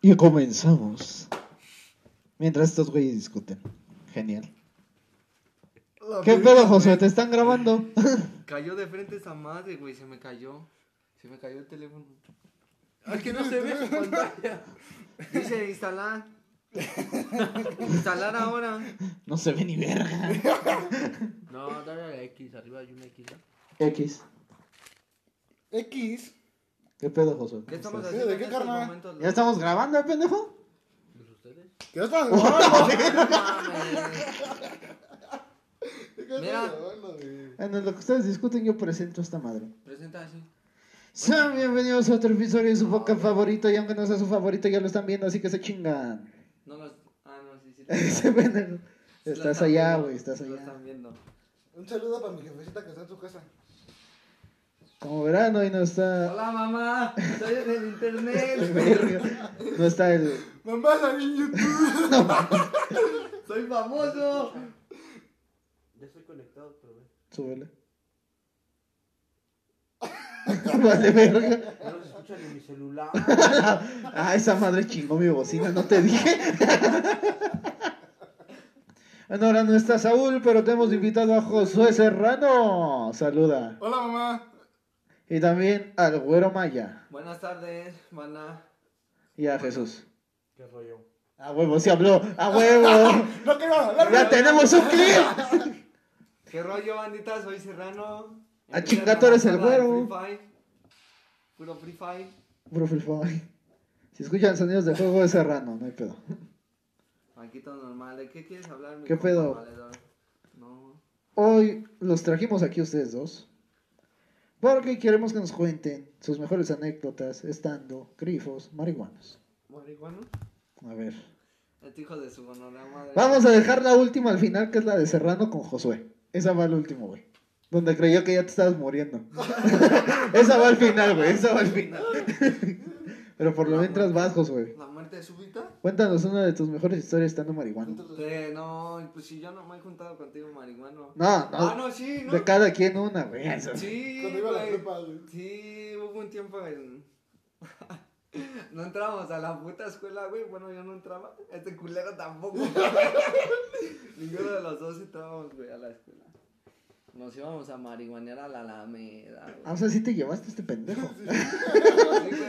Y comenzamos. Mientras estos güeyes discuten. Genial. La ¿Qué verga, pedo, José? güey. ¿Te están grabando? Cayó de frente esa madre, güey. Se me cayó. Se me cayó el teléfono. Ay, que no se ve su pantalla. Dice instalar. instalar ahora. No se ve ni verga. No, dale a la X. Arriba hay una X. ¿no? X. X. ¿Qué pedo, José? ¿Qué estamos ¿De haciendo qué, en este estos carnal? momentos, ¿Ya los- estamos grabando, eh, pendejo? pues, ustedes? ¿Qué estás grabando? No mames. ¿Qué estás Mira. grabando, güey? En lo que ustedes discuten, yo presento esta madre. Presenta así. Sean bienvenidos a otro episodio de su boca favorito. Y aunque no sea su favorito, ya lo están viendo, así que se chingan. No los. Ah, no, sí, sí. Ese pendejo. Lo Estás están allá, viendo, güey, estás Lo allá. están viendo. Un saludo para mi jefecita que está en su casa. Como verán, hoy no está. Hola, mamá. Estoy en el internet. Verga. No está el. Mamá, salí en YouTube. Soy famoso. Ya estoy conectado, pero ve. Súbele. Vale, verga. Ya no se escucha ni mi celular. Ah, esa madre chingó mi bocina, no te dije. Bueno, ahora no está Saúl, pero te hemos invitado a Josué Serrano. Saluda. Hola, mamá. Y también al Güero Maya Buenas tardes, maná. y a Jesús. ¿Qué rollo? A huevo, sí habló. A huevo. No quiero hablar. Ya tenemos un clip. ¿Qué rollo, bandita? Soy Serrano. Ah, A chinga, tú eres el güero. Puro Free Fire. Puro Free Fire. Si escuchan sonidos de juego es Serrano, no hay pedo. Banquito normal. ¿De qué quieres hablar, mi ¿Qué compa pedo? valedor? No. Hoy los trajimos aquí a ustedes dos. Porque queremos que nos cuenten sus mejores anécdotas estando grifos marihuanos. ¿Marihuano? A ver. El hijo de su gonorrea madre. Vamos a dejar la última al final, que es la de Serrano con Josué. Esa va al último, güey. Donde creyó que ya te estabas muriendo. esa va al final, güey. Esa va al final. Pero por lo mientras vas, Josué. ¿La muerte súbita? Cuéntanos una de tus mejores historias estando marihuano. Eh, no, pues si yo no me he juntado contigo, marihuano. No, Ah, no. no, sí, no. De cada quien una, güey. Esa- Sí, Cuando iba a la güey. prepa, güey. Sí, hubo un tiempo en. no entrábamos a la puta escuela, güey. Bueno, yo no entraba. Este culero tampoco. Ninguno de los dos entrábamos, güey, a la escuela. Nos íbamos a marihuanear a la Alameda, Ah, güey. o sea, sí te llevaste este pendejo. Sí, güey,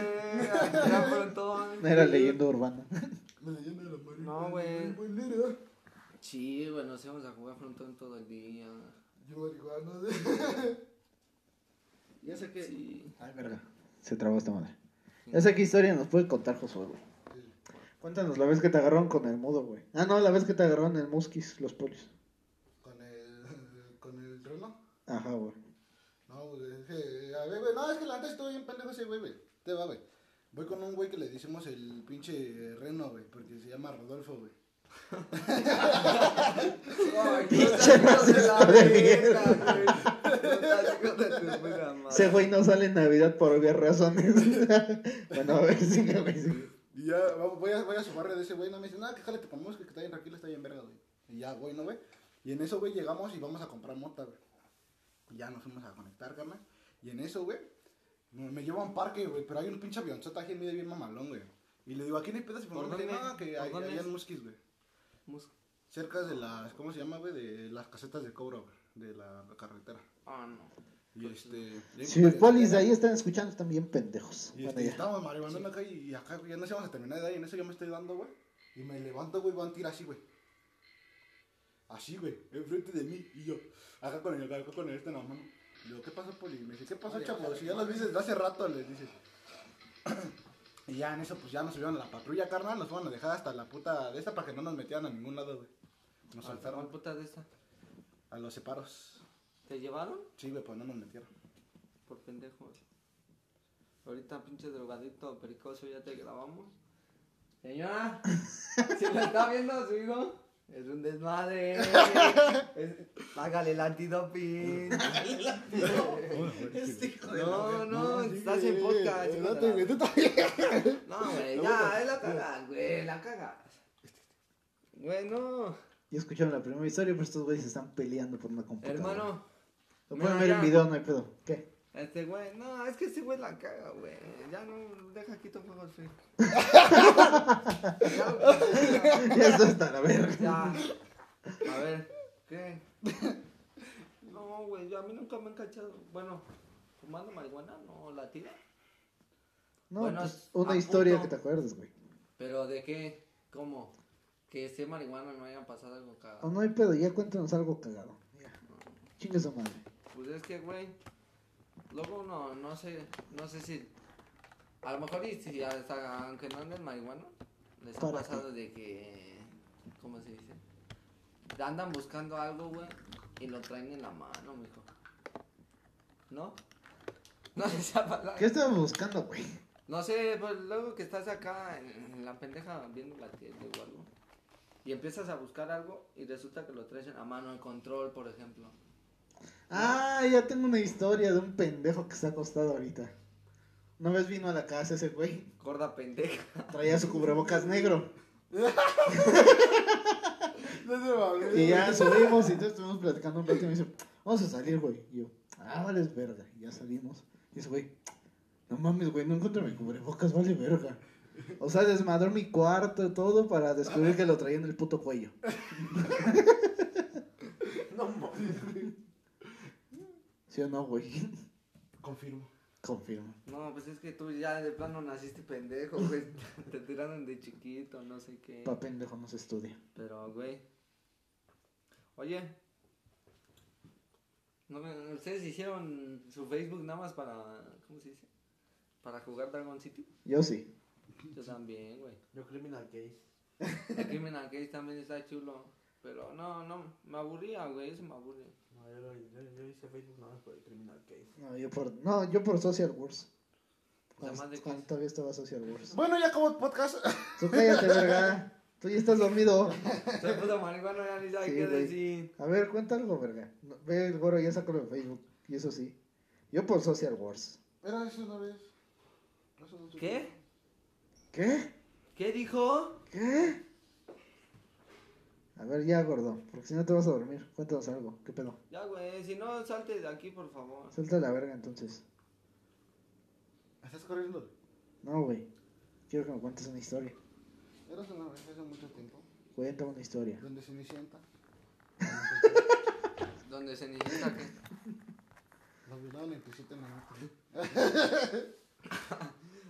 ya pronto. Era leyenda urbana. La leyenda de la marihuana. No, güey. Buenera. Sí, güey, nos íbamos a jugar frontón todo el día. Yo marihuana. de- Ya sé que. Sí. Ay, verga. Se trabó esta madre. Ya sé qué historia nos puede contar Josué, güey. Cuéntanos la vez que te agarraron con el mudo, güey. Ah, no, la vez que te agarraron el musquis, los polis. Con el. Con el trueno. Ajá, güey. No, güey. Es que. A ver, güey. No, es que la neta estuvo bien pendejo ese güey, güey. Te va, güey. Voy con un güey que le decimos el pinche reno, güey. Porque se llama Rodolfo, güey. Ay, Pinche racista de mierda. Se Ese güey no sale en Navidad por obvias razones. bueno, a ver, sigue, güey. sigue. Y ya va- voy a, voy a su barrio de ese güey, no me dice, nada, que jálate con mosca, que está bien tranquilo, está bien verga, güey. Y ya, güey, no, güey. Y en eso, güey, llegamos y vamos a comprar mota, güey. Y ya nos fuimos a conectar, carnal. Y en eso, güey, me, me lleva a un parque, güey, pero hay un pinche avionzota aquí en medio bien mamalón, güey. Y le digo, ¿a quién hay pedas? Y ¿Por me dice, dónde? no, que ¿Por hay, dónde hay es? en Musquis, güey. Cerca de las, ¿cómo se llama, güey? De las casetas de cobro, güey, de la carretera. Ah, no. Y este... Si los polis de ahí están escuchando, están bien pendejos. Y Bueno, este, ya. estábamos marihuanando acá y, y acá, güey, ya nos íbamos a terminar de ahí. En eso yo me estoy dando, güey. Y me levanto, güey, van a tirar así, güey. Así, güey, enfrente de mí. Y yo, acá con el, acá con el este en la mano. Le digo, ¿qué pasó, Poli? Y me dice, ¿qué pasó, chavo? Si ya los viste desde hace rato, les dices. y ya en eso, pues ya nos subieron a la patrulla, carnal. Nos fueron a dejar hasta la puta de esta para que no nos metieran a ningún lado, güey. Nos Ah, ¿cuál saltaron puta de esta? a los separos. ¿Te llevaron? Sí, güey, pues no nos metieron. Por pendejo. Ahorita pinche drogadicto pericoso ya te grabamos. Señora, si lo está viendo su hijo, es un desmadre. Es- Hágale el antidoping. No, no, estás en podcast. Eh, hijo No, de la- te- tú también. No, güey, ya, es la Este, cagas, güey, la cagas. Güey, no. Ya escucharon la Este primera historia, pero estos güeyes se están peleando por una computadora. Hermano, Lo pueden mira, ver en ya. video, no hay pedo. ¿Qué? Este güey, no, es que ese güey la caga, güey. Ya no, deja quito juegos free. ya, güey, Ya está hasta la verga. ya. A ver, ¿qué? No, güey, yo a mí nunca me han cachado. Bueno, fumando marihuana, no la tira. No, Bueno, pues, a una historia punto. que te acuerdes, güey. Pero de qué, cómo, que esté marihuana no haya pasado algo cagado. O no hay pedo, ya cuéntanos algo cagado. Ya. Chingue su madre. Pues es que, güey, luego no, no sé, no sé si, a lo mejor y si hasta aunque no anden marihuana, les ha ¿Para pasado de que, ¿cómo se dice? Andan buscando algo, güey, y lo traen en la mano, mijo. ¿No? No les ha pasado. ¿Qué estabas buscando, güey? No sé, pues luego que estás acá en, en la pendeja viendo la tele o algo, y empiezas a buscar algo y resulta que lo traes en la mano, el control, por ejemplo. Ah, ya tengo una historia de un pendejo que está acostado ahorita. Una vez vino a la casa ese güey. Gorda pendeja. Traía su cubrebocas negro. No se me habló. Y ya subimos y entonces estuvimos platicando un rato y me dice, vamos a salir, güey. Y yo, ah, vales verga. Y ya salimos. Y dice, güey, no mames, güey, no encuentro mi cubrebocas, vale verga. O sea, desmadró mi cuarto y todo para descubrir que lo traía en el puto cuello. No mames. ¿Sí o no, güey? Confirmo. Confirmo. No, pues es que tú ya de plano naciste pendejo, güey. Te tiraron de chiquito, no sé qué. Pa' pendejo no se estudia. Pero, güey. Oye. No, me- ¿Ustedes hicieron su Facebook nada más para. ¿Cómo se dice? Para jugar Dragon City. Yo sí. Yo también, güey. Yo criminal case. El Criminal Case también está chulo. Pero no, no. Me aburría, güey. Eso me aburre. No, yo, lo- yo, yo hice Facebook nada más por el criminal case. No, yo por, no, yo por Social Wars. Nada más de Cuando, cuando todavía estaba Social Wars. Bueno, ya acabó el podcast. Tú cállate, verga. Tú ya estás dormido. Se puso marihuana, ya ni sabe Sí, qué güey. decir. A ver, cuenta algo, verga. No, Ve el gorro ya sacó de Facebook. Y eso sí. Yo por Social Wars. Era eso una vez. Eso no se- ¿Qué? ¿Qué? ¿Qué dijo? ¿Qué? A ver, ya, gordo. Porque si no te vas a dormir. Cuéntanos algo. ¿Qué pedo? Ya, güey. Si no, salte de aquí, por favor. Suelta la verga entonces. ¿Estás corriendo? No, güey. Quiero que me cuentes una historia. Era eso una vez hace mucho tiempo. Cuenta una historia. Donde Cenicienta Donde se necesita que. la violaron en 17 minutos.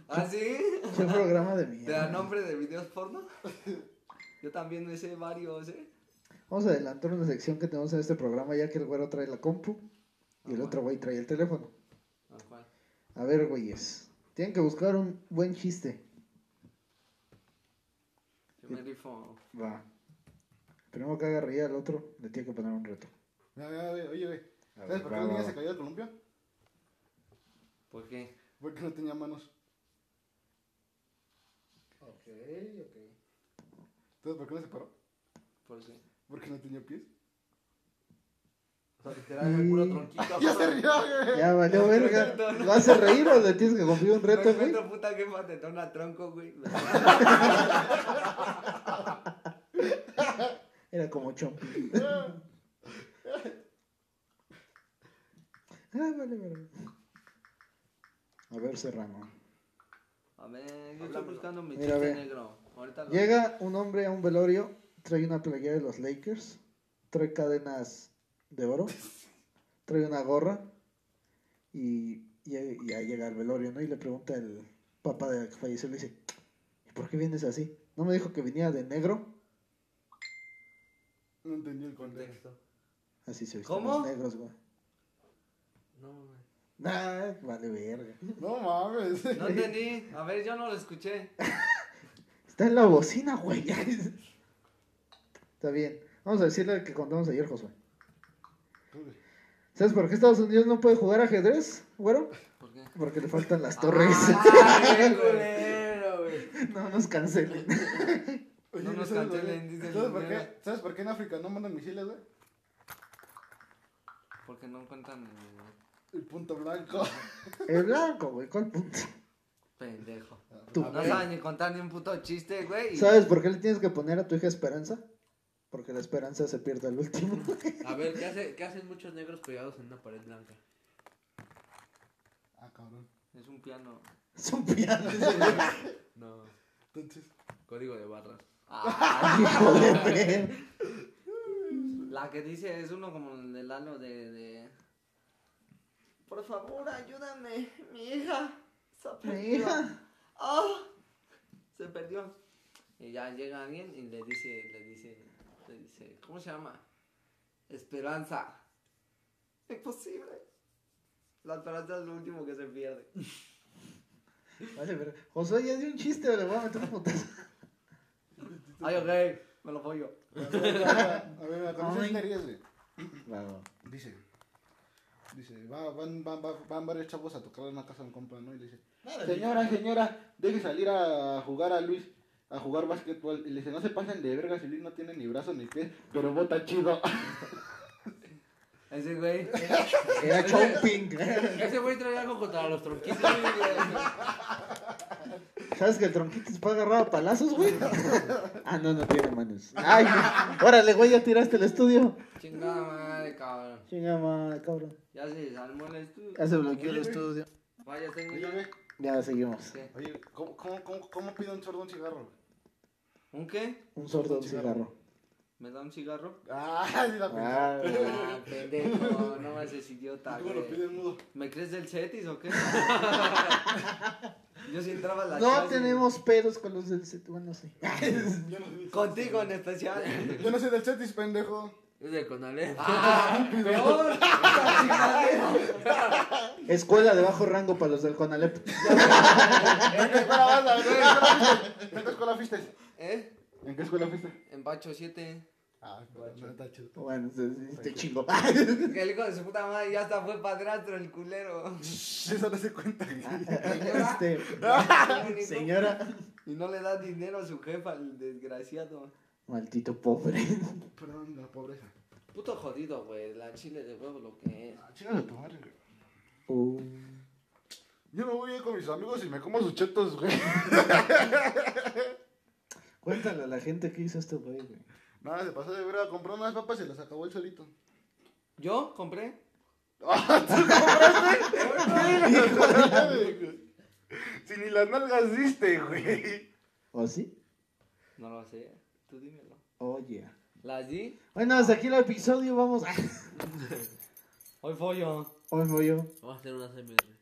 ¿Ah, sí? Es un programa de mierda. ¿Te da nombre de videos porno? Yo también me sé varios, ¿eh? Vamos a adelantar una sección que tenemos en este programa ya que el güero trae la compu y el Ajá. otro güey trae el teléfono. Ah, ¿cuál? A ver, güeyes. Tienen que buscar un buen chiste. Yo me rifo. Va. Primero que haga reír al otro, le tiene que poner un reto. Mira, mira, güey, oye, güey. A ¿Sabes ver, por va, qué la va, niña va. se cayó del columpio? ¿Por qué? Porque no tenía manos. Ok, ok. ¿Sabes por qué no se paró? ¿Por qué? Porque no tenía pies. O sea, literal, el puro tronquito. ¡Ya se rió, güey! Ya valió verga. No, no. ¿Lo hace reír o le tienes que cumplir un Me reto, güey? encuentro puta que patetón a tronco, güey. Era como chompi. Ah, vale, verga. A ver, Serrano. A ver, yo estoy Háblamelo. buscando mi Mira, chiste ve. negro. Ahorita lo... Llega un hombre a un velorio, trae una playera de los Lakers, trae cadenas de oro, trae una gorra y y- y ya llega al velorio, ¿no? Y le pregunta el papá de la que falleció, le dice, "¿Y por qué vienes así? ¿No me dijo que venía de negro? No entendí el contexto. Contexto. Así se visten ¿Cómo? los negros, güey. No mames. Nah, vale verga. No mames. No entendí. A ver, yo no lo escuché. Está en la bocina, güey. Está bien. Vamos a decirle el que contamos ayer, Josué. ¿Sabes por qué Estados Unidos no puede jugar ajedrez, güero? ¿Por qué? Porque le faltan las torres. Ah, ¡Qué güey, güey. culero, güey! No nos cancelen. Oye, No nos ¿sabes por cancelen, qué? dicen ¿Sabes los por qué? negros. ¿Sabes por qué en África no mandan misiles, güey? Porque no cuentan eh, El punto blanco. El blanco, güey, ¿cuál punto? pendejo. Tú, No güey. saben ni contar ni un puto chiste, güey. y- ¿Sabes por qué le tienes que poner a tu hija esperanza? Porque la esperanza se pierde al último. A ver, ¿qué, hace, ¿qué hacen muchos negros pegados en una pared blanca? Ah, cabrón. Es un piano. Es un piano. No. Entonces, Código de barras. Ah, Hijo de ver. la que dice es uno como el del halo de, de... Por favor, ayúdame. Mi hija. Se perdió. Mi hija. ¡Ah! Se perdió. Y ya llega alguien y le dice, le dice, le dice, ¿cómo se llama? Esperanza. Imposible. La esperanza es lo último que se pierde. Vale, pero Josué ya dio un chiste, le voy a meter un putazo. Ay, ok, me lo pollo. a ver, ¿cómo Ay. se te ríes, güey? Claro. Dice, dice, va- van, van, van, van varios chavos a tocar en una casa de un compa, ¿no? Y le dice, señora, señora, deje salir a jugar a Luis, a jugar básquetbol. Y le dice, no se pasen de verga, si Luis no tiene ni brazos ni pies, pero bota chido. Ese güey. Era chomping. Ese güey trae algo contra los tronquitos. güey. ¿Sabes que el tronquitis fue agarrado a palazos, güey? Ah, no, no tiene manos. Ay, órale, güey, ya tiraste el estudio. Chingada madre, cabrón. Chinga madre, cabrón. Ya se desarmó el estudio. Ya se bloqueó el estudio. Vaya, tengo Oye, güey, ya. Ya seguimos. ¿Qué? oye, ¿cómo, cómo, cómo, cómo pide un sordo un cigarro? güey? ¿Un qué? Un sordo, un cigarro. ¿Me da un cigarro? Ah, sí la pensé. Ah, Ah, pendejo, no me haces idiota, ¿Cómo lo güey. pide el mudo? ¿Me crees del Cetis o qué? Yo sí entraba a la no clase. tenemos pedos con los del set. Bueno, sí. Yo no soy del Contigo en Cetis, especial. güey. Yo no soy del Cetis, pendejo. Es de Conalep. ¡Ah! ¡Peor! Escuela de bajo rango para los del Conalep. ¿En qué escuela vas? a ver? ¿En qué escuela fuiste? ¿En qué escuela fuiste? ¿Eh? ¿En qué escuela fuiste? En Bacho 7. Ah, no está chido. Bueno, se- se- te chingo. Que el hijo de su puta madre ya hasta fue padrastro, el culero. Eso no se cuenta. güey. Este, señora, Y no le da dinero a su jefa, el desgraciado. maldito pobre. Perdón, la pobreza. Puto jodido, güey. La chile de huevo lo que es. Ah, Chinga tu madre, güey. Uh, Yo me voy a ir con mis amigos y me como sus chetos, güey. cuéntale a la gente que hizo este güey, güey. Nada, se pasó de verga. Compró unas papas y las acabó el solito. ¿Yo compré? si ni las nalgas diste, güey. ¿O sí? No lo sé. Tú dímelo. Oye. yeah. ¿Las di? Bueno, hasta aquí el episodio, vamos. Ah, Hoy follo. Hoy voy yo. Vamos a hacer una CMR.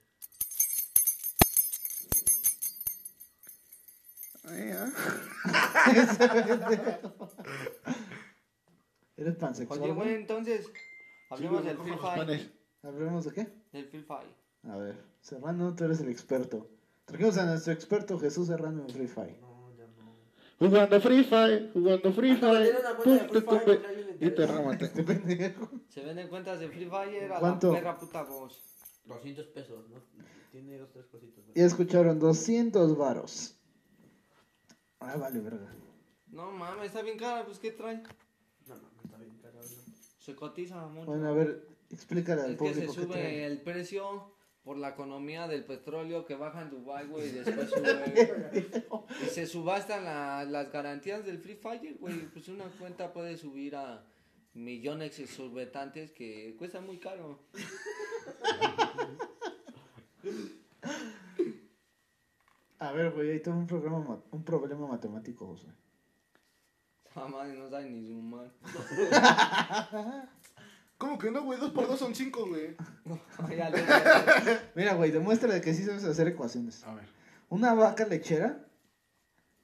Eres Oye, pansexual, güey, güey. entonces. Hablemos del Free Fire. ¿Hablemos de qué? Del Free Fire. A ver, Serrano, tú eres el experto. Trajimos a nuestro experto Jesús Serrano en Free Fire. No, ya no. Jugando Free Fire, jugando Free tiene una cuenta de Free Fire que trae el interés. remate. Este pendejo. Se venden cuentas de Free Fire a ¿Cuánto? la perra puta voz. 200 pesos, ¿no? Tiene dos, tres cositas. güey. Ya escucharon, 200 varos. Ah, vale, verga. No mames, está bien cara, pues ¿qué trae? No, no, no está bien, caro, no. Se cotiza mucho. Bueno, a ver, explícale al es que se público qué sube trae. el precio por la economía del petróleo que baja en Dubai, güey, y después sube. y se subastan la- las garantías del Free Fire, güey. Pues una cuenta puede subir a millones exorbitantes que cuesta muy caro. A ver, güey, ahí tengo un, programa, ma- un problema matemático, José. Esa Ah, madre no sabe ni sumar. ¿Cómo que no, güey? Dos por dos son cinco, güey. Ya le- ya le- Mira, güey, demuéstrale que sí sabes hacer ecuaciones. A ver. Una vaca lechera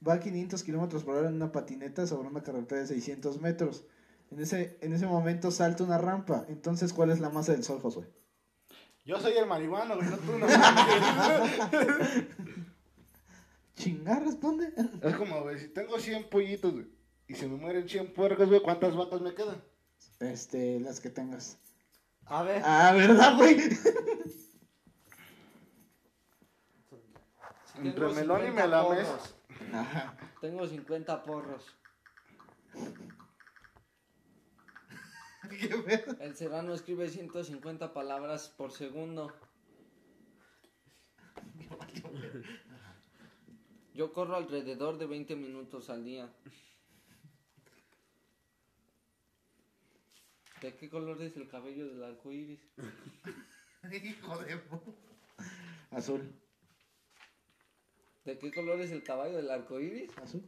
va a 500 kilómetros por hora en una patineta sobre una carretera de 600 metros. En ese, en ese momento salta una rampa. Entonces, ¿cuál es la masa del sol, Josué? Yo soy el marihuano, güey, no tú no. Chingar, responde. es como, güey, si tengo 100 pollitos, güey, y se me mueren 100 puercos, güey, ¿cuántas vacas me quedan? Este, las que tengas. A ver, Ah, ¿verdad, güey? tengo Entre melón y 50 melames. porros. Ajá. Tengo 50 porros. Qué pedo. El serrano escribe 150 palabras por segundo. Yo corro alrededor de 20 minutos al día. ¿De qué color es el cabello del arco iris? Hijo de... Azul. ¿De qué color es el caballo del arco iris? Azul.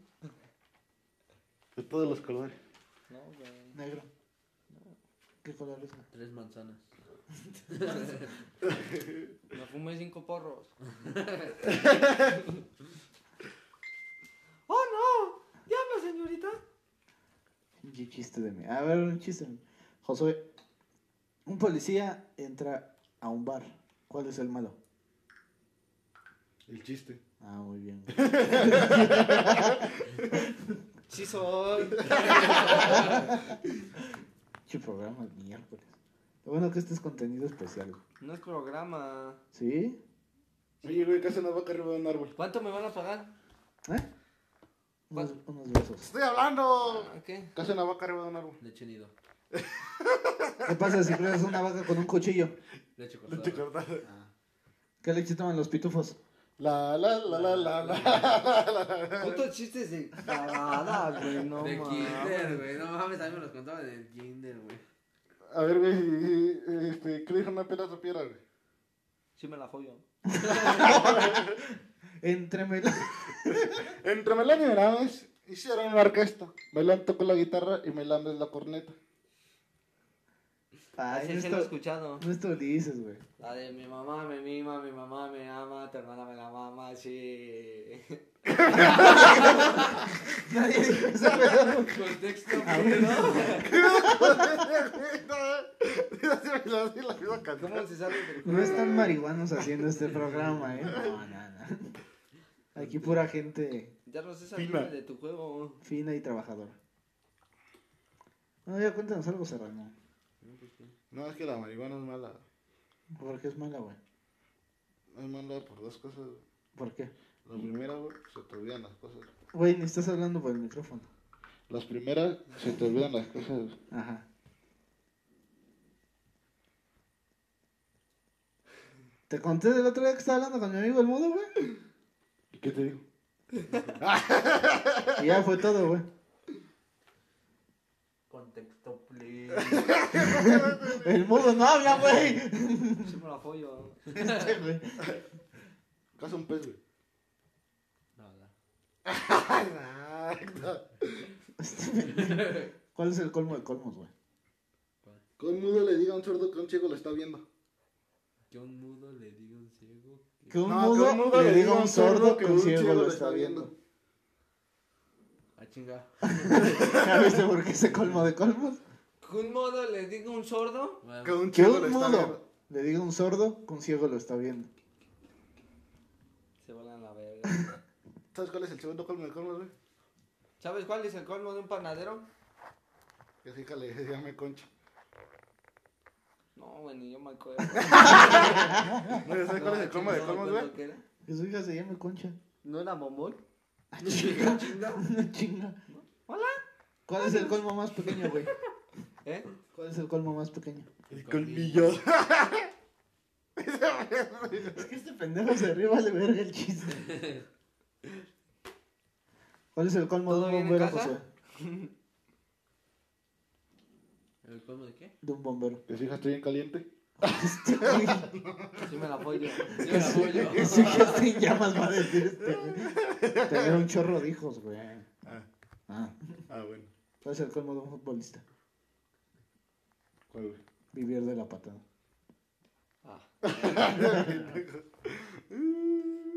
De todos los colores. No, güey. Negro. ¿Qué color es? güey? Tres manzanas. Me fumé cinco porros. ¡Oh, no! ¡Llama, señorita! Qué chiste de mí. A ver, un chiste. Josué, un policía entra a un bar. ¿Cuál es el malo? El chiste. Ah, muy bien. güey. Sí soy. Qué programa de miércoles. Lo bueno que este es contenido especial. güey. No es programa. ¿Sí? Oye, güey, casi una vaca arriba de un árbol. ¿Cuánto me van a pagar? ¿Eh? Unos, ¿Cuál? unos besos. ¡Estoy hablando! Ah, ¿Qué? Casi una vaca arriba de un árbol. Leche nido. ¿Qué pasa si cruzas una vaca con un cuchillo? Leche cortada. Leche cortada. Ah. ¿Qué leche toman los pitufos? La, la, la, la, la, la. ¿Cuántos chistes de cagadas, güey? No, de mames. kinder, güey. No mames, a mí me los contaban en el kinder, güey. A ver, güey, este, ¿qué le dijo una piedra a otra piedra, güey? Sí me la follo. Entre Entre Melán y Melames hicieron una orquesta. Melán tocó la guitarra y Melames la corneta. Ay, Así no se lo he Ah, esto, escuchado. no esto dices, güey. La de mi mamá me mima, mi mamá me ama, tu hermana me la mama, sí. Nadie dijo ese pedo. Contexto, Ah, güey, ¿no? la misma canción. ¿Cómo se sale del No están marihuanos haciendo este programa, ¿eh? No, no, no. Aquí pura gente Ya no sé Fina. salir de tu juego. fina y trabajadora. No, ya cuéntanos algo, Serrano. No, es que la marihuana es mala. ¿Por qué es mala, güey? Es mala por dos cosas. güey. ¿Por qué? La primera, güey, se te olvidan las cosas. Güey, ni estás hablando por el micrófono. Las primeras, se te olvidan las cosas. güey. Ajá. ¿Te conté del otro día que estaba hablando con mi amigo el mudo, güey? ¿Y qué te digo? Y ya fue todo, güey. Contexto, please. El mudo no habla, güey. Sí me la follo. Este, güey. Casa un pez, güey. Nada. Este, ¿Cuál es el colmo de colmos, güey? Con un mudo le diga a un sordo que un ciego lo está viendo. Que un mudo le diga a un ciego. que- Que un mudo, le diga a un sordo que un ciego lo está viendo. Ah, chinga. ¿Ya viste por qué se colmó de colmos? Que un modo le digo a un sordo. Bueno, Que un Que ciego un lo está mudo viendo. le diga a un sordo que un ciego lo está viendo. Se van a la verga. ¿Sabes cuál es el segundo colmo de colmos, güey? ¿Sabes cuál es el colmo de un panadero? Que su hija le llame concha. No, güey, ni yo me acuerdo. ¿No sabes cuál es el colmo de colmos, güey? Que su hija se llame Concha. ¿No era bombón? Chinga, chinga. chinga. Hola. ¿Cuál es el colmo más pequeño, güey? ¿Eh? ¿Cuál es el colmo más pequeño? El colmillo. Es que este pendejo se ríe, vale verga el chiste. ¿Cuál es el colmo de ¿Todo un bien en bombero, casa? José? ¿El colmo de qué? De un bombero. Que su hija está bien caliente. Este güey, Sí me la follo. Yo la apoyo. que su hija está en llamas va a decir este, güey. Tener un chorro de hijos, güey. Ah, Ah. ah bueno. ¿Cuál es el colmo de un futbolista? ¿Cuál, güey? Vivir de la patada. Ah.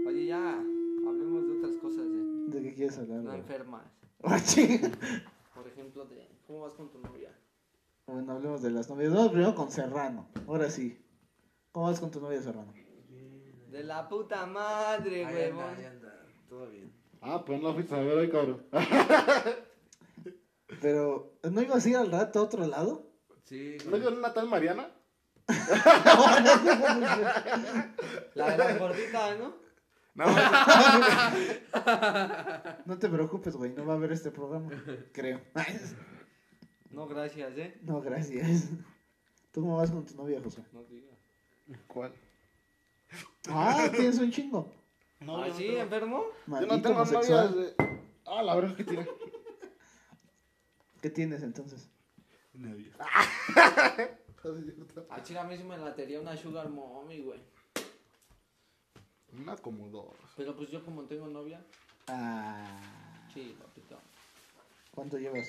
Oye, ya. Hablemos de otras cosas, de ¿De qué quieres hablar? No güey? enfermas. Ah, chinga. Por ejemplo, de cómo vas con tu novia. bueno, hablemos de las novias. Vamos primero con Serrano. Ahora sí. ¿Cómo vas con tu novia, Serrano? De la puta madre, Ahí huevón. anda, ahí anda. Todo bien. Ah, pues no la fuiste a ver hoy, cabrón. Pero, ¿no ibas a ir al rato a otro lado? Sí, ¿No güey. es una tal Mariana? La de la gordita, ¿no? No. No te preocupes, güey. No va a haber este programa. Creo. No, gracias, ¿eh? No, gracias. ¿Tú cómo vas con tu novia, José? No digas. ¿Cuál? Ah, tienes un chingo. No, ¿Ah, yo no sí, tengo- enfermo? Yo Maldito no tengo homosexual. novias. güey. Ah, la verdad es que tiene. ¿Qué tienes entonces? Novias. A chile a mí sí me latería una sugar mommy, güey. Una como dos. Pero pues yo como tengo novia, Ah, sí, papito. ¿Cuánto llevas?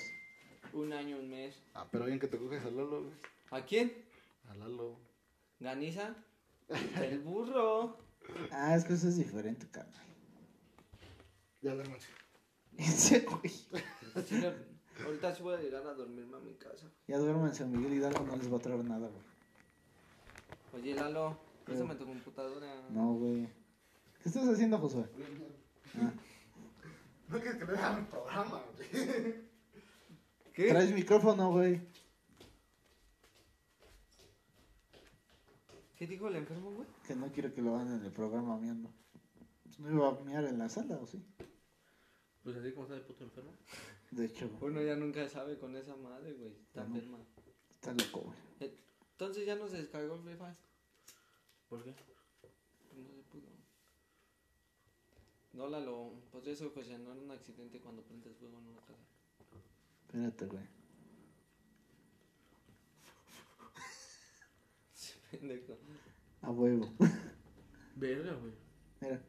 Un año, un mes. Ah, pero bien que te coges a Lalo, güey. ¿A quién? A Lalo. Ganiza. El burro. Ah, es que eso es diferente, carnal. Ya la noche. Ese güey. Al chile, Ahorita sí voy a llegar a dormirme a mi casa. Ya duerman San Miguel Hidalgo, no les va a traer nada, güey. Oye, Lalo, préstame tu computadora. No, güey. ¿Qué estás haciendo, Josué? Ah, No quieres que le vean el programa, güey. ¿Qué? Traes micrófono, güey. ¿Qué dijo el enfermo, güey? Que no quiero que lo hagan en el programa miando. Pues No iba a miar en la sala, ¿o sí? Pues así como está de puto enfermo. De hecho, güey. Uno ya nunca sabe con esa madre, güey. Está Ya no. enferma. Está loco, güey. Eh, Entonces ya no se descargó el Free Fire. ¿Por qué? No se pudo. No, Lalo, pues podrías ocasionar un accidente cuando prendes fuego en una casa. Espérate, güey. Pendejo. A huevo. Verga, güey. Mira,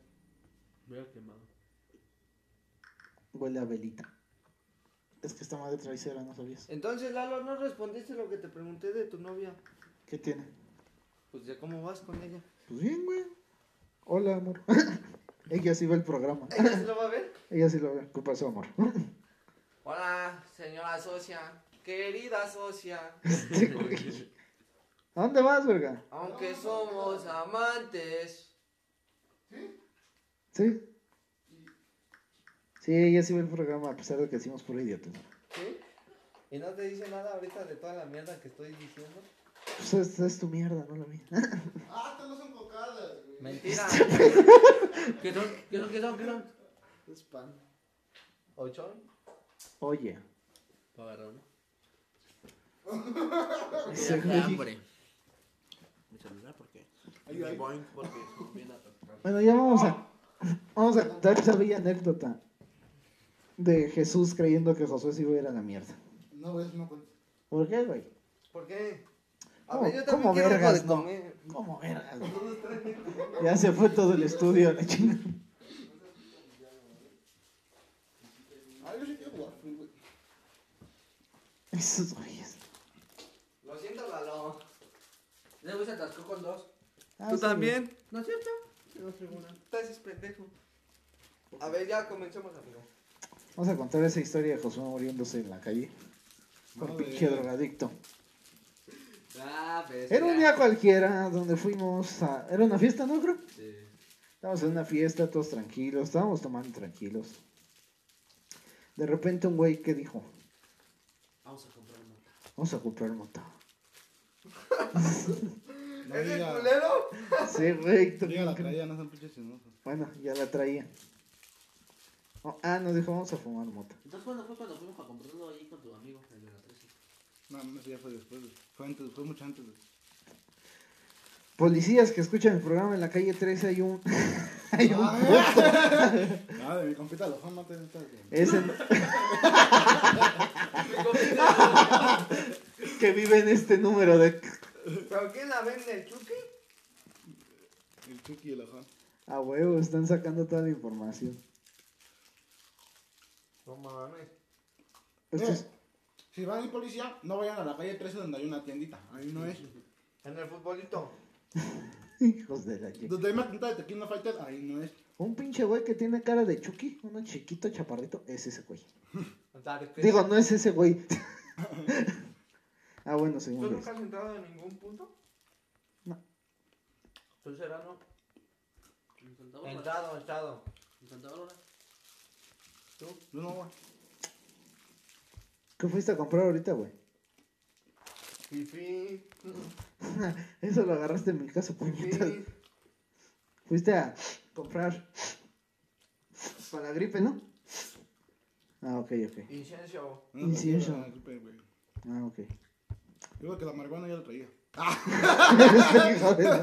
Verga quemado. huele a velita. Es que esta madre trae cera, ¿no sabías? Entonces, Lalo, no respondiste lo que te pregunté de tu novia. ¿Qué tiene? Pues ya, ¿cómo vas con ella? Pues bien, güey. Hola, amor. Ella sí ve el programa. ¿Ella se lo va a ver? Ella sí lo ve. ¿Qué pasó, amor? Hola, señora socia. Querida socia. Sí, Este, güey. ¿A dónde vas, verga? Aunque somos amantes. ¿Sí? Sí, ella sí ve el programa, a pesar de que decimos puro idiota. ¿Sí? ¿Y no te dice nada ahorita de toda la mierda que estoy diciendo? Pues es, es tu mierda, no la mía. Ah, estas no son cocadas, güey. Mentira. ¿Qué son? ¿Qué son? ¿Qué son? ¿Qué son? Es pan. ¿Ochón? Oye. Agarraron. ese güey- Mi celular, ¿por qué? Ay, ay. Boing, porque son bien atascados. Bueno, ya vamos a. Vamos a contar esa bella anécdota de Jesús creyendo que Josué sí iba a ir a la mierda. No, es no cuenta. ¿Por qué, güey? ¿Por qué? A ¿Cómo- ver, yo cómo también quiero algo vergas, de no? comer. ¿Cómo vergas? güey? Ya se fue todo el estudio a la chingada. Ah, yo sí quiero waffle, güey. Esos güeyes. Lo siento, Lalo. Luego se atascó con dos. Ah, sí, güey. ¿No es cierto? No soy una. Estás pendejo. A ver, ya comencemos, amigo. Vamos a contar esa historia de Josué muriéndose en la calle. Por No, pinche güey. drogadicto. Ah, pues. Era un día cualquiera donde fuimos a... Era una fiesta, ¿no, creo? Sí. Estábamos en una fiesta, todos tranquilos. Estábamos tomando tranquilos. De repente un güey que dijo, Vamos a comprar una. vamos a comprar mota. No ¿Es el diga- culero? Sí, güey. tú- Diga la traía, no son pinches chismosos. Bueno, ya la traía. Oh, ah, nos dijo, vamos a fumar mota. Entonces, ¿cuándo fue cuando fuimos a comprarlo ahí con tu amigo? El de la 13. No, no, eso ya fue después, güey. Fue antes, fue mucho antes, güey. Policías que escuchan el programa en la calle 13 hay un... hay un... Ah, de mi compita lo fama, te estás bien. Es el- que vive en este número de... ¿Pero quién la vende? ¿El Chucky? El Chucky y el Juan. A huevo, están sacando toda la información. No mames. Esto es- Eh, Si van a ir policía, no vayan a la calle 13 donde hay una tiendita. Ahí no es. En el futbolito. Hijos de la chica. Donde hay una tienda de Tequila Fighter, ahí no es. Un pinche güey que tiene cara de Chucky, uno chiquito chaparrito, es ese güey. O sea, de que- Digo, no es ese güey. ah, bueno, ¿Tú señores. nunca has entrado en ningún punto? No. ¿Tú será Pues no? En Santa Bárbara. Entrado, entrado. En Santa Bárbara. ¿Tú? Yo no, güey. ¿Qué fuiste a comprar ahorita, güey? Fifi. Eso lo agarraste en mi casa, puñetas. Fifi. Fuiste a comprar para la gripe, ¿no? Ah, ok, ok. Incencio. No, no, Incienso. no, disculpe, güey. Yo Ah, ok. creo que la marihuana ya la traía. Hijo de la-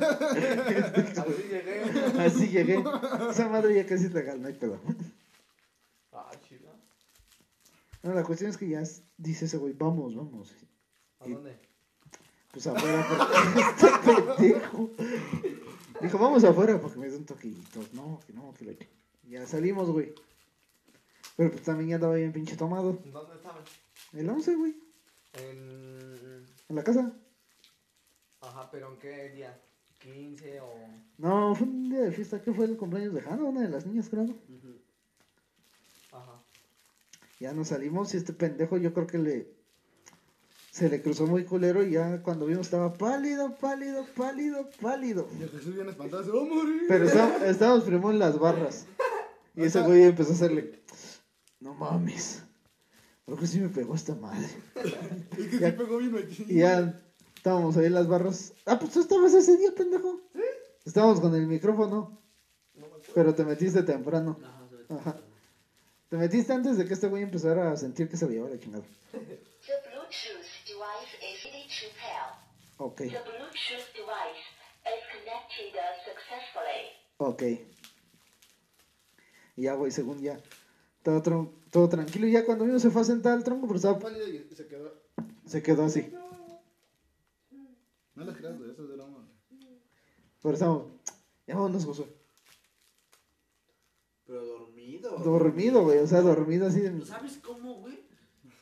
Así llegué. Así llegué. Esa madre ya casi es legal, no hay pedo. Ah, chido. No, la cuestión es que ya s- dice ese güey, vamos, vamos. ¿A dónde? Pues afuera, porque este pendejo. Dijo, vamos afuera porque me da un toquito. No, que no, que la ch- Ya salimos, güey. Pero pues también ya andaba bien pinche tomado. ¿Dónde estaban? El 11, güey. En... En la casa. Ajá, pero ¿en qué día? ¿15 o...? No, fue un día de fiesta. ¿Qué fue el cumpleaños de Hanna? Una de las niñas, creo. ¿no? Ujú. Ajá. Ya nos salimos y este pendejo yo creo que le... Se le cruzó muy culero y ya cuando vimos estaba pálido, pálido, pálido, pálido. Y el Jesús bien espantado, se va a morir. Pero está- estábamos primero en las barras. Y ese güey empezó a hacerle. No mames. Creo que sí me pegó esta madre. Es que Ya. se pegó bien machín. Y ya estábamos ahí en las barras. Ah, pues tú estabas ese día, pendejo. Sí. Estábamos con el micrófono, No me acuerdo. pero te metiste temprano. Ajá, se ve. Ajá. Te metiste antes de que este güey empezara a sentir que se veía la chingada. The Bluetooth device is ready to pair. Ok, The Bluetooth device is connected successfully. ok. Y ya, güey, según ya. Todo, tran- todo tranquilo. Y ya cuando vino se fue a sentar al tronco, pero estaba, Pálido y se quedó. se quedó así. No le creas, güey, eso es drama. Pero estábamos. Ya vámonos, Josué. Pero dormido. Dormido, güey. O sea, dormido así de. ¿No sabes cómo, güey?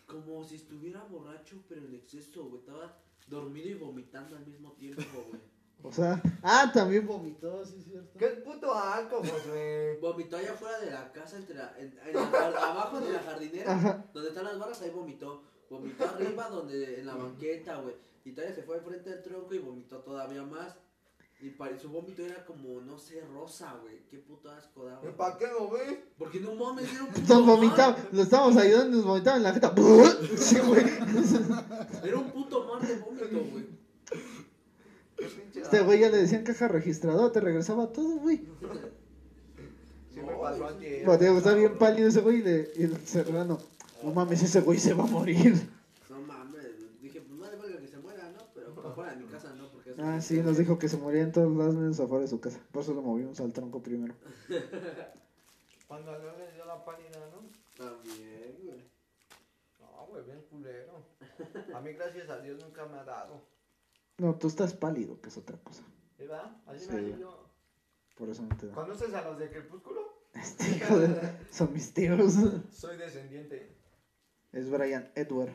Como si estuviera borracho, pero en exceso, güey. Estaba dormido y vomitando al mismo tiempo, güey. O sea. Ah, también vomitó, sí, cierto. ¿Qué puto asco, Josué? Vomitó allá afuera de la casa, entre la- en- en la jar- abajo de la jardinera, Ajá. donde están las barras, ahí vomitó. Vomitó arriba, donde en la banqueta, güey. Y todavía se fue enfrente del tronco y vomitó todavía más. Y para, su vómito era como, no sé, rosa, güey. Qué puto asco daba. ¿Para qué lo ves? Porque no mames, era un puto Nos mar. vomitaba, lo estábamos ayudando, nos vomitaba en la jeta. Sí, güey. Era un puto mar de vómito, güey. Qué pinche Este güey ya le decían caja registradora, te regresaba todo, güey. Sí me pasó antier. Pero te digo, está bien pálido ese güey y, le, y el serrano. No mames, ese güey se va a morir. No mames, dije, pues madre verga que se muera, ¿no? Pero afuera de mi casa no, porque es. Ah, sí, nos dijo que se moría en todos lados menos afuera de su casa. Por eso lo movimos al tronco primero. Cuando a Leo le dio la pálida, ¿no? También, güey. No, güey, bien culero. A mí, gracias a Dios, nunca me ha dado. No, tú estás pálido, que es otra cosa. ¿Sí, ¿Verdad? Así Sí. me me yo. Por eso no te da. ¿Conoces a los de Crepúsculo? Este hijo de... Son mis tíos. Soy descendiente. Es Brian Edward.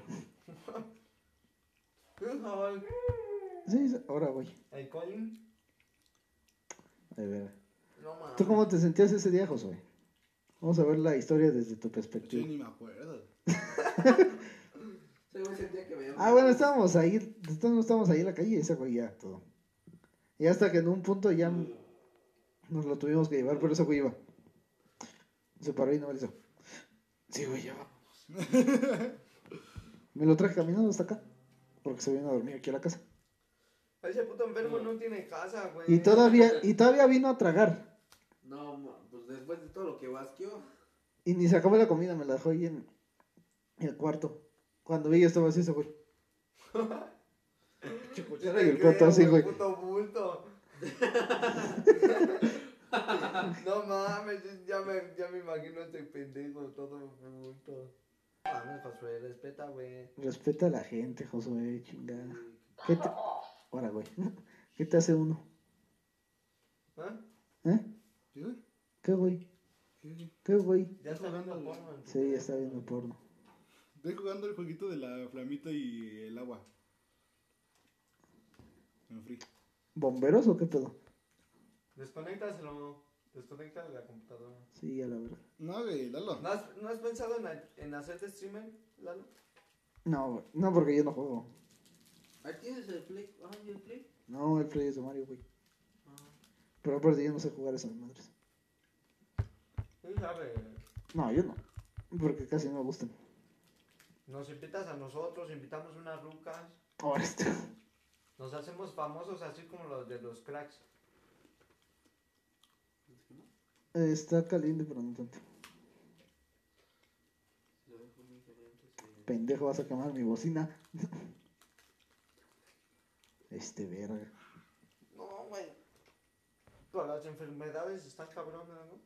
Yo soy Sí, sí, ahora güey. el Colin. De ver. No mames. ¿Tú cómo te sentías ese día, Josué? Vamos a ver la historia desde tu Yo perspectiva. ni me acuerdo. Ese güey sentía que me Ah, bueno, estábamos ahí, estábamos estábamos ahí en la calle y ese güey ya todo. Y hasta que en un punto ya nos lo tuvimos que llevar, pero ese güey iba. Se paró y no me hizo. Sí, güey, ya vamos. me lo traje caminando hasta acá. Porque se vino a dormir aquí a la casa. Ese puto enfermo no tiene casa, güey. Y todavía, y todavía vino a tragar. No, ma- pues después de todo lo que vasqueó. Y ni se acabó la comida, me la dejó ahí en el cuarto. Cuando vi yo estaba así ese güey. Pinche Yo cuchara te y el creo, plato así, güey. Puto bulto. no mames, ya me, ya me imagino este pendejo todo bulto. No Mames, Josué, respeta, güey. Respeta a la gente, Josué, chingada. ¿Qué te... Power off. Ahora, güey. ¿Qué te hace uno? ¿Ah? ¿Eh? ¿Sí, güey? ¿Qué, güey? Sí, sí. ¿Qué, güey? Ya está jugando, viendo güey. porno. en tu Sí, ya está viendo porno. Estoy jugando el jueguito de la flamita y el agua. En free. ¿Bomberos o qué pedo? Desconéctaselo. Desconecta de la computadora. Sí, ya la verdad. No, güey, Lalo. ¿No has, no has pensado en, ha- en hacerte streamer, Lalo? No, güey. No, porque yo no juego. Ahí tienes el play. Ah, ¿y el play? No, el Play es de Mario, güey. Ah. Pero aparte yo no sé jugar esas madres. Sí, sabe. No, yo no. Porque casi no me gustan. Nos invitas a nosotros, invitamos unas rucas. Ahora este, está. Nos hacemos famosos así como los de los cracks. Está caliente, pero no tanto. Lo dejo muy caliente, sí. Pendejo, vas a quemar mi bocina. Este verga. No, güey. Todas las enfermedades están cabronas, ¿no?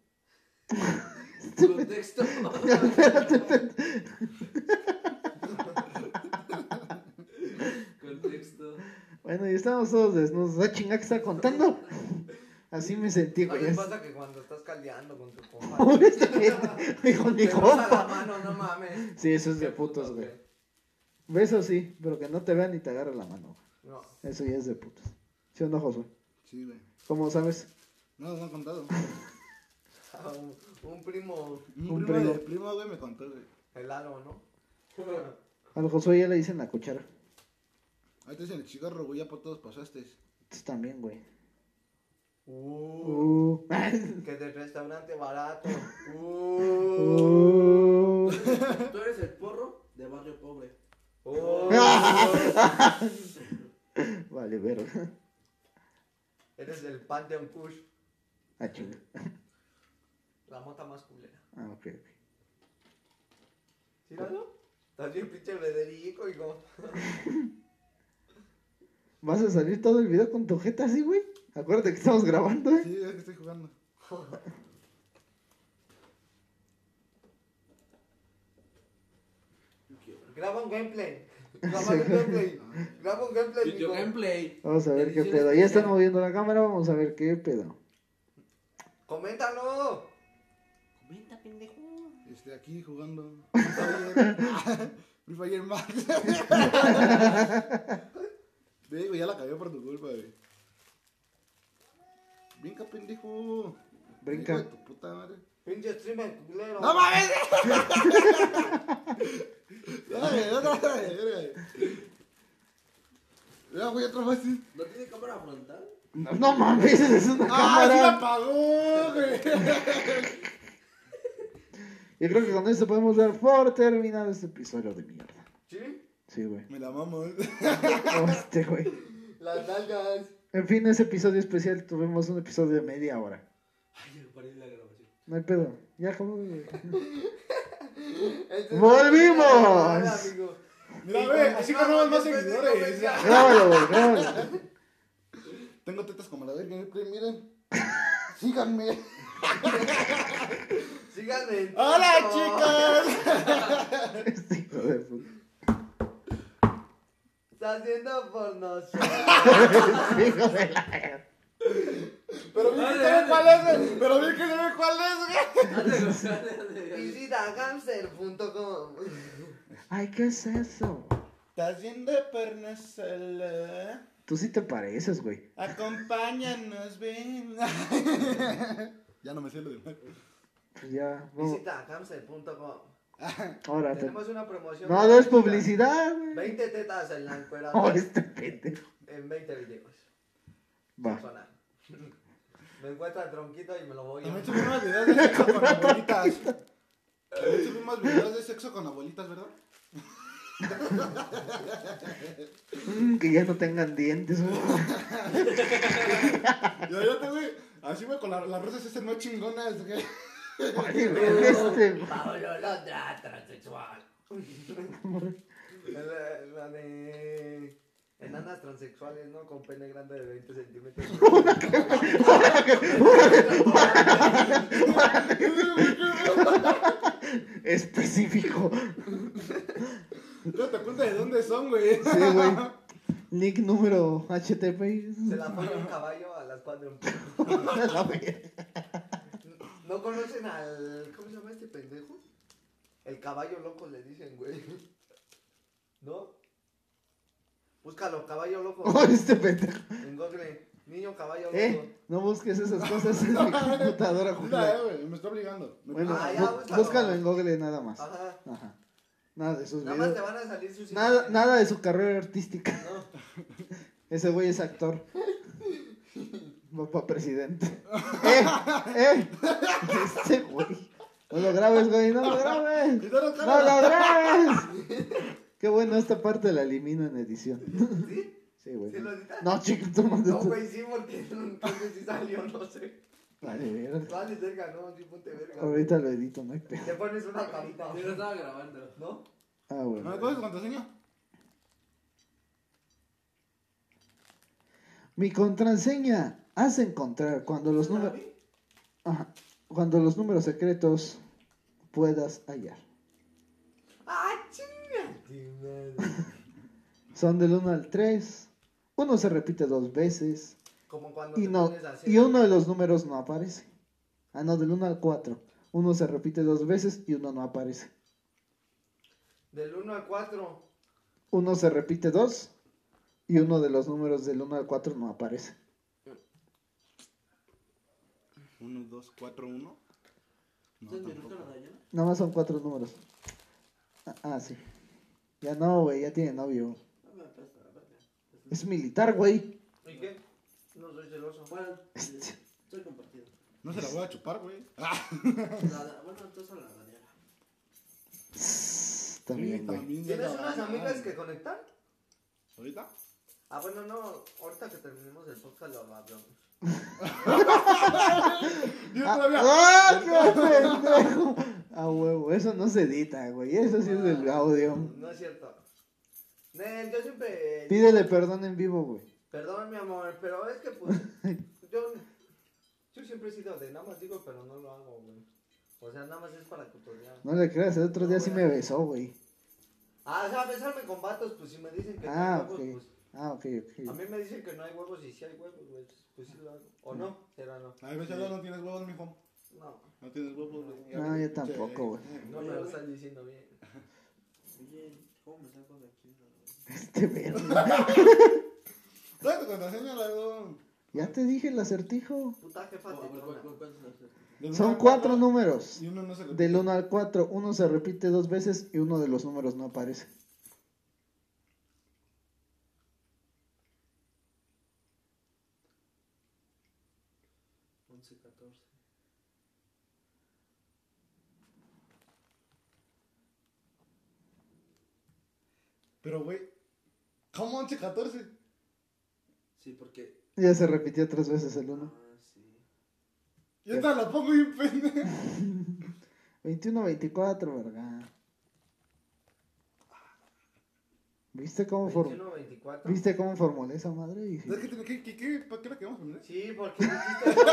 Contexto. Contexto. Ah, Bueno, y estábamos todos desnudos. ¿La chinga que está contando? Así me sentí, ¿No güey. les Es- pasa que cuando estás caldeando con tu compa? Pobrecito, Con mi te roza la compa. mano, no mames. Sí, eso es de Qué putos, güey. Besos sí, pero que no te vean ni te agarren la mano. No. Eso ya es de putos. ¿Sí o no, Josué? Sí, güey. ¿Cómo sabes? No nos han contado. Ah, Un, un primo, Un, Un primo, primo. de primo, güey, me contó, güey. el halo, ¿no? Al Josué ya le dicen la cuchara. Ahí te dicen el cigarro, güey, ya por todos pasaste. Tú también, güey. Uh, Uh. que del restaurante barato. Uh, Uh. Tú eres el porro de barrio pobre. uh, Vale, verga. eres el pan de un kush, Ah, chinga. la mota más culera. Ah, ok, ok. ¿Sí, Lalo? Estás bien pinche Federico, hijo. ¿Vas a salir todo el video con tu jeta así, güey? Acuérdate que estamos grabando, ¿eh? Sí, es que estoy jugando. Graba un gameplay. Graba un gameplay. Graba un gameplay, Video mijo. gameplay. Vamos a ver qué Ediciones pedo. Ya están especiales. moviendo la cámara, vamos a ver qué pedo. Coméntalo. Comenta, pendejo. Este, aquí jugando. Free Fire. Free Fire Max. Ve, güey, ya la cagué por tu culpa, güey. Brinca, pendejo. Brinca. Hijo de tu puta madre. Pinche streamer culero. ¡No mames! Dale, dale, dale, dale. Ya, güey, otra vez. ¿No tiene cámara frontal? No, no mames, esa es una ¡Ah, sí cámara. la pagó, güey! Yo creo que con esto podemos dar por terminado este episodio de mierda. ¿Sí? Sí, güey. Me la mamo. eh. Hostia, güey. Las nalgas. En fin, ese episodio especial tuvimos un episodio de media hora. Ay, me paré la grabación. No hay pedo. Ya acabó, güey. Este es- ¡Volvimos! Amigo. Mira, güey, así ganamos más seguidores. Grábalo, güey, grábalo. Tengo tetas como la de Gameplay, miren. Síganme. Sigan en ¡Hola, TikTok. chicas! Este hijo de puta. Está haciendo por nosotros. Este hijo de la... Pero bien que saben cuál es, güey. Pero bien que saben cuál es, güey. Ándale, ándale, ándale. Visitagamster.com. Ay, ¿qué es eso? Estás viendo eh, pernasola. Tú sí te pareces, güey. Acompáñanos, ven. ya no me sé lo demás. Pues ya, vamos. Visitagamster.com. Ahora te... Tenemos una promoción. No, no es gratuita. publicidad, güey. 20 tetas en la Oh, encueradora este pendejo. en 20 videos. Va. Sonar. Me encuentra tronquito y me lo voy a. También subimos videos de sexo con abuelitas. También subimos videos de sexo con abuelitas, ¿verdad? Mm, que ya no tengan dientes, güey. Y ahorita, güey, así, güey, con la- las rosas esas no chingonas, güey. Ay, güey, este, güey. Pablo Londra, transexual. la, la de. Enanas transexuales, ¿no? Con pene grande de 20 centímetros. específico. No te cuenta de dónde son, güey. Sí, güey. Nick número HTP. Se la pone un caballo a las 4 en punto. La verga. ¿No conocen al. ¿Cómo se llama este pendejo? El caballo loco le dicen, güey. ¿No? Búscalo, caballo loco. Oh, este pendejo. En Google, niño caballo loco. Eh, no busques esas cosas en mi computadora, Mira, eh, Julio. güey, me está obligando. Me- Bueno, Ah, ya, bú- búscalo. búscalo en Google nada más. Ajá. Ajá. Nada de sus Nada más te videos. van a salir sus Pues Nada, imágenes. nada de su carrera artística. No. Ese güey es actor. Va pa' presidente. ¡Eh! ¡Eh! Este güey. No lo grabes, güey, no lo grabes. Y no lo ¡No cargas. lo grabes! Qué bueno, esta parte la elimino en edición. ¿Sí? Sí, güey. ¿Sí lo editas? No, chico, tú mandas No, tú. güey, sí, porque entonces sí salió, no sé. Vale, verga. Vale, verga, no, sí, ponte verga. Ahorita lo edito, no hay pedo. Te pones una carita. Yo no estaba grabando. ¿No? Ah, ¿No bueno. me coges contraseña? Mi contraseña hace encontrar cuando los números. Ajá. Cuando los números secretos puedas hallar. ¡Ah, chinga! tu madre! Son del 1 al 3. Uno se repite dos veces. Como cuando Y, te no, pones a hacer- y uno de los números no aparece. Ah, no, del 1 al 4. Uno se repite dos veces y uno no aparece. Del 1 al 4. Uno se repite dos y uno de los números del 1 al 4 no aparece. 1, 2, 4, 1. No, ¿Ustedes me nunca la tampoco. dañan? Nada más son cuatro números. Ah, ah, sí. Ya no, güey, ya tiene novio. No me apesta la verga. Es militar, güey. Este, ¿Y qué? No soy celoso. Bueno, eh, soy compartido. No se la voy a chupar, güey. La da- bueno, entonces a la Daniela. También, güey. ¿Tienes unas amigas que conectar? ¿Ahorita? Ah, bueno, no. Ahorita que terminemos el podcast lo hablamos. Yo todavía. ¡Ah, qué pendejo! A Ah, huevo, eso no se edita, güey. Eso sí es del Ah. audio. No es cierto. Nel, yo siempre... eh, Pídele perdón en vivo, güey. Perdón, mi amor, pero es que pues... yo, yo siempre he sido de nada más digo, pero no lo hago, güey. O sea, nada más es para tutorial. No le creas, el otro día sí me besó, güey. Ah, o sea, besarme con vatos, pues si me dicen que Ah, no hay ok. huevos, Ah, ok, pues... A ok. mí me dicen que no hay huevos y si hay huevos, güey, pues sí lo hago. O no, será no. A ver, Chalo, no tienes huevos, mijo. No, No tienes huevos, güey. No, Ya, yo che. tampoco, güey. no me lo estás diciendo bien. Oye, ¿cómo me saco de aquí? Este verga. Trae tu contraseña, la verdad. Ya te dije el acertijo. Puta jefa, No, a ver, Ah, ¿cuál- tetona. cuál- cuál es el- Del uno Son al cuatro números. Y uno no se repite. Del 1 al 4, uno se repite dos veces y uno de los números no aparece. Once, catorce. Pero, güey. ¿Cómo 11, 14? Sí, porque. Ya se repitió tres veces el 1. Ah, sí. Yo te la pongo bien pendejo. 21, 24, verga. ¿Viste cómo, form- 21, 24. ¿Viste cómo formulé esa madre? Dije, ¿Sabes qué tiene- qué- qué- qué- ¿Para qué la queremos poner? Sí, porque dijiste.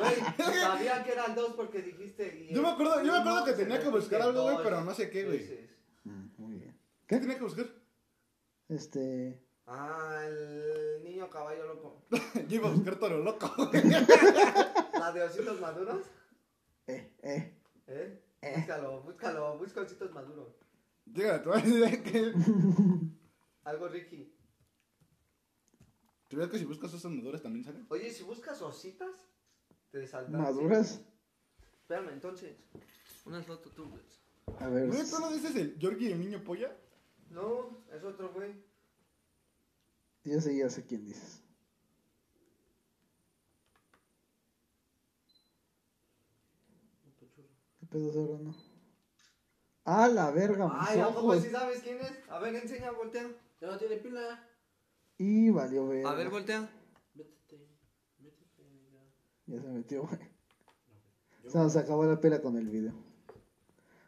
Güey, sabía que eran dos porque dijiste. y Yo me acuerdo, yo me acuerdo que uno tenía se que buscar repite algo, güey, dos pero no sé qué, güey. veces. "Mm, muy bien. ¿Qué tenía que buscar? Este. Ah, el niño caballo loco. Yo iba a buscar toro loco. ¿La de ositos maduros? Eh, eh. ¿Eh? Eh. Búscalo, búscalo, busca ositos maduros. Llega, te voy a decir que. Algo Ricky. ¿Te ves que si buscas esos andadores también salen? Oye, si buscas ositas, te saltan. ¿Maduras? Espérame, entonces. Una foto tú, güey. A ver. ¿Güey, tú no dices el Yorkie y el niño polla? No, es otro güey. Ya sé, ya sé quién dices. ¿Qué pedo ahora no? ¡Ah, la verga! Mis Ay, ¿a poco ojos. sí sabes quién es? A ver, enseña, voltea. Ya no tiene pila. Y valió verga. A ver, voltea. Métete. Métete. ya. Ya se metió, güey. Se nos acabó la pela con el video.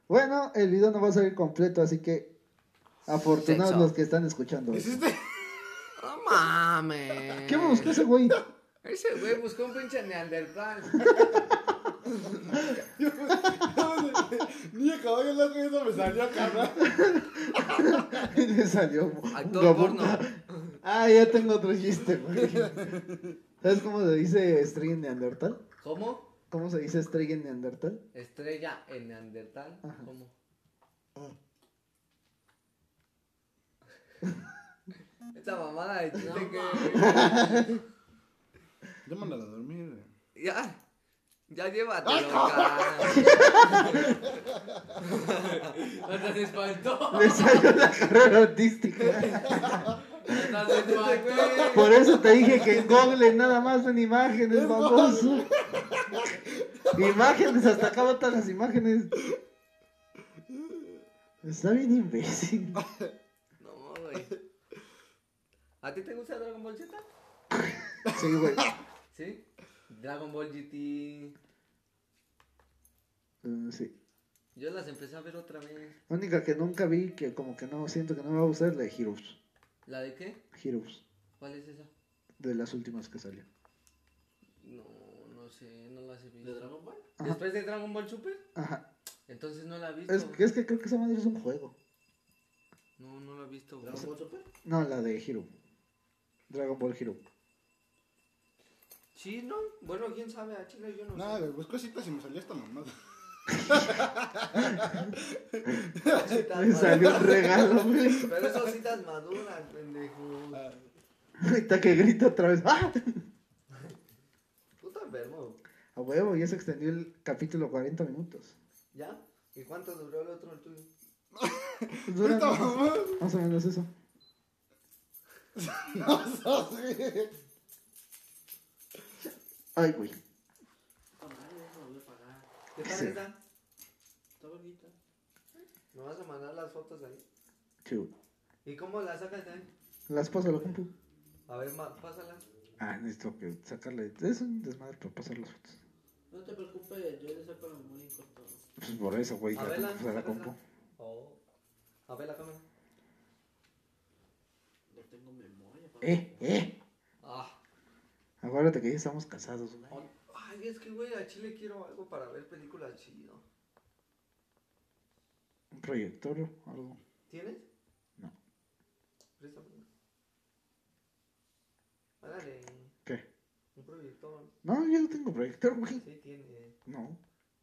Bueno, el video no va a salir completo, así que afortunados Sexo. los que están escuchando. ¿Hiciste? No mames. ¿Qué buscó ese güey? Ese güey buscó un pinche Neandertal. Niño caballo loco, eso me salió, carnal. Y Le salió. un Actor gabón. porno. Ah, ya tengo otro chiste, güey. ¿Sabes cómo se dice estrella en Neandertal? ¿Cómo? ¿Cómo se dice estrella en Neandertal? Estrella en Neandertal. Ajá. Mm. ¿Cómo? Esta mamada de chiste No, que. Ya mándala a dormir, güey. Ya. Ya llévatelo, cara. Hasta se espantó. Le salió la carrera artística. Hasta se espantó. Por eso te dije que en Google nada más son imágenes, baboso. Imágenes, hasta acá botan las imágenes. Está bien imbécil. No, güey. ¿A ti te gusta Dragon Ball Z? Sí, güey. Sí. Dragon Ball GT. Mm, sí. Yo las empecé a ver otra vez. La única que nunca vi, que como que no siento que no me va a gustar, es la de Heroes. ¿La de qué? Heroes, ¿Cuál es esa? de las últimas que salió. No, no sé, no las he visto. ¿De Dragon Ball? Ajá. ¿Después de Dragon Ball Super? Ajá. Entonces no la he visto. Es, es que creo que esa madre es un juego. No, no la he visto. güey. ¿Dragon Ball Super? No, la de Hero. Dragon Ball Hero. Sí, ¿no? Bueno, quién sabe, a Chile yo no Nada, sé. güey, busco citas y me salió esta mamada. Citas Me salió un maduras. regalo, güey. Pero son citas maduras, pendejo. Ah, Ahorita que grita otra vez. ¡Ah! Tú estás enfermo. A huevo, ya se extendió el capítulo 40 minutos. ¿Ya? ¿Y cuánto duró el otro el tuyo? Pues Dura esta más, mamada. más o menos eso. No sos, güey. Ay, güey. Puta madre, déjame volver a pagar. ¿Qué Sí. tal está? Está bonita. ¿Me vas a mandar las fotos ahí? Chivo. ¿Y cómo las sacas de ahí? Las paso a la compu. A ver, ma- pásalas. Ah, necesito que sacarle. Es un desmadre para pasar las fotos. No te preocupes, yo le saco la memoria en corto. Pues por eso, güey. A La ver, tengo que pasar a la lánzala. compu. Oh. A ver la cámara. No tengo memoria. papá. Eh, eh. Ah. Acuérdate que ya estamos casados, güey. oh. Ay, es que, güey, a Chile quiero algo para ver películas chido. Un proyector o algo. ¿Tienes? No. Préstame. Ándale, ¿Qué? un proyector. No, yo no tengo proyector, güey. Sí, tiene. No.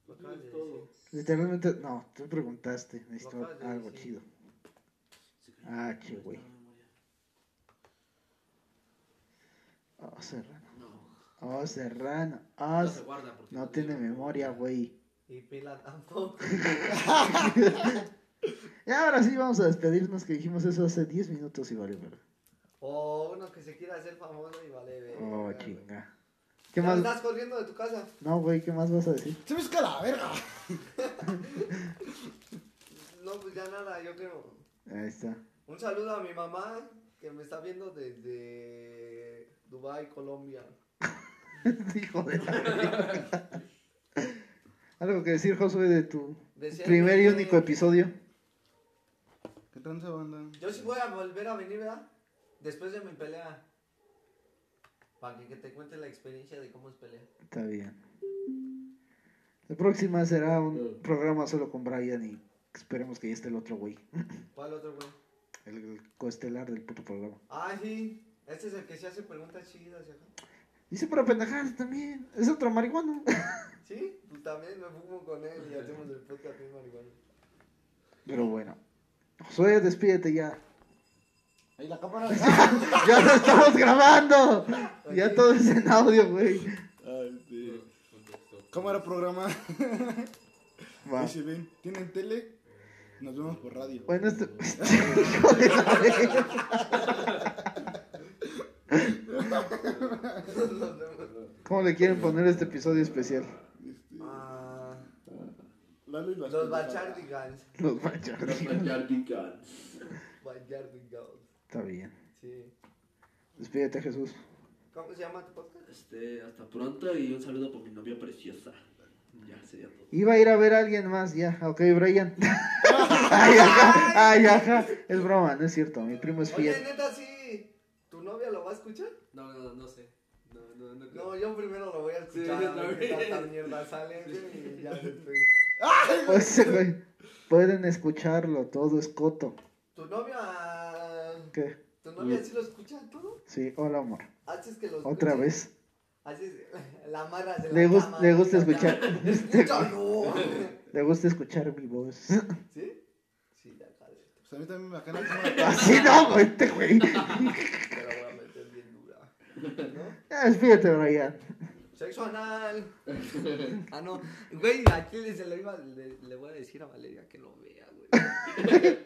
Lo acabas de Todo. decir. Literalmente, no, tú preguntaste. Necesito Lo acabas de algo decir. Pues chido. Sí, Ah, no qué está güey. la memoria. Oh, serrano. No, Oh, serrano. Ah, no se s- guarda porque no tiene memoria, güey. Y pila tampoco. Y ahora sí vamos a despedirnos que dijimos eso hace 10 minutos y vale, ¿verdad? O uno que se quiera hacer famoso y vale, ver. Oh, chinga. ¿Qué más? más? Estás corriendo de tu casa. No, güey, ¿qué más vas a decir? Se me esca la verga. No, pues ya nada, yo creo. Ahí está. Un saludo a mi mamá que me está viendo desde Dubai, Colombia. Hijo de la verga. Algo que decir, Josué, de tu Decía primer y que- único episodio. ¿Qué tranza, banda? Yo sí voy a volver a venir, ¿verdad? Después de mi pelea. Para que, que te cuente la experiencia de cómo es pelea. Está bien. La próxima será un programa solo con Brian y esperemos que ya esté el otro güey. ¿Cuál otro, güey? El, el coestelar del puto programa. Ah, sí. Este es el que se hace preguntas chidas, ¿sí? Dice para pendejadas también. Es otro marihuano. ¿Sí? Pues también me fumo con él y hacemos el podcast de marihuana. Pero bueno. Josué, despídete ya. Ahí la cámara. ¡Ya lo estamos grabando! Ya Ok. todo es en audio, güey. Ay, sí. Cámara programa. Va. Ahí se ven. ¿Tienen tele? Nos vemos por radio. Bueno, este... Hijo de la verga. Nos vemos. ¿Cómo le quieren poner este episodio especial? Este, Ah, Lalo y las los pendejadas. Bachardigans. Los Bachardigans. Bachardigans. Está bien. Sí. Despídete, Jesús. ¿Cómo se llama tu podcast? Este, hasta pronto y un saludo por mi novia preciosa. Ya sería todo. Iba a ir a ver a alguien más, ya. Ok, Brian. ay, ajá, ay, ajá. Es broma, no es cierto. Mi primo es Oye, fiel. neta, sí. ¿Tu novia lo va a escuchar? No, no, no sé. No, no, no creo. No, yo primero lo voy a Sí, escuchar. yo a ver qué también. tanta mierda sale güey, y ya después. Pues, ese güey, Pueden escucharlo, todo es coto. ¿Tu novia, ¿Qué? tu novia sí lo escucha todo? Sí, hola amor. Haces que lo escuche. Otra vez. Haces la amarras de Le, la gus- cama. le gusta escuchar. Escúchalo. Le gusta escuchar mi voz. ¿Sí? Sí, ya cabrón. Pues a mí también me acá en la cámara. Así no, güey, este güey. Te la voy a meter bien dura. ¿No? Ya, despídete, Brian. Sexo anal. ah, no. Güey, a Chile se lo iba. Le, le voy a decir a Valeria que lo vea, güey.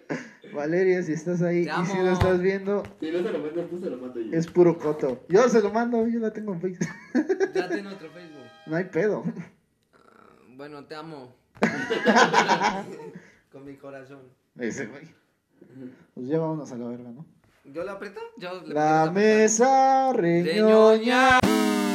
Valeria, si estás ahí Te y si amo. lo estás viendo, Si no se lo mandas tú, se lo mando yo. es puro coto. Yo se lo mando, yo la tengo en Facebook. Ya tiene otro Facebook. No hay pedo. Ah, Bueno, te amo. Con mi corazón. Ese güey. Pues ya vámonos a la verga, ¿no? ¿Yo la aprieto? Yo le La aprieto. mesa reñoña. Reñoña.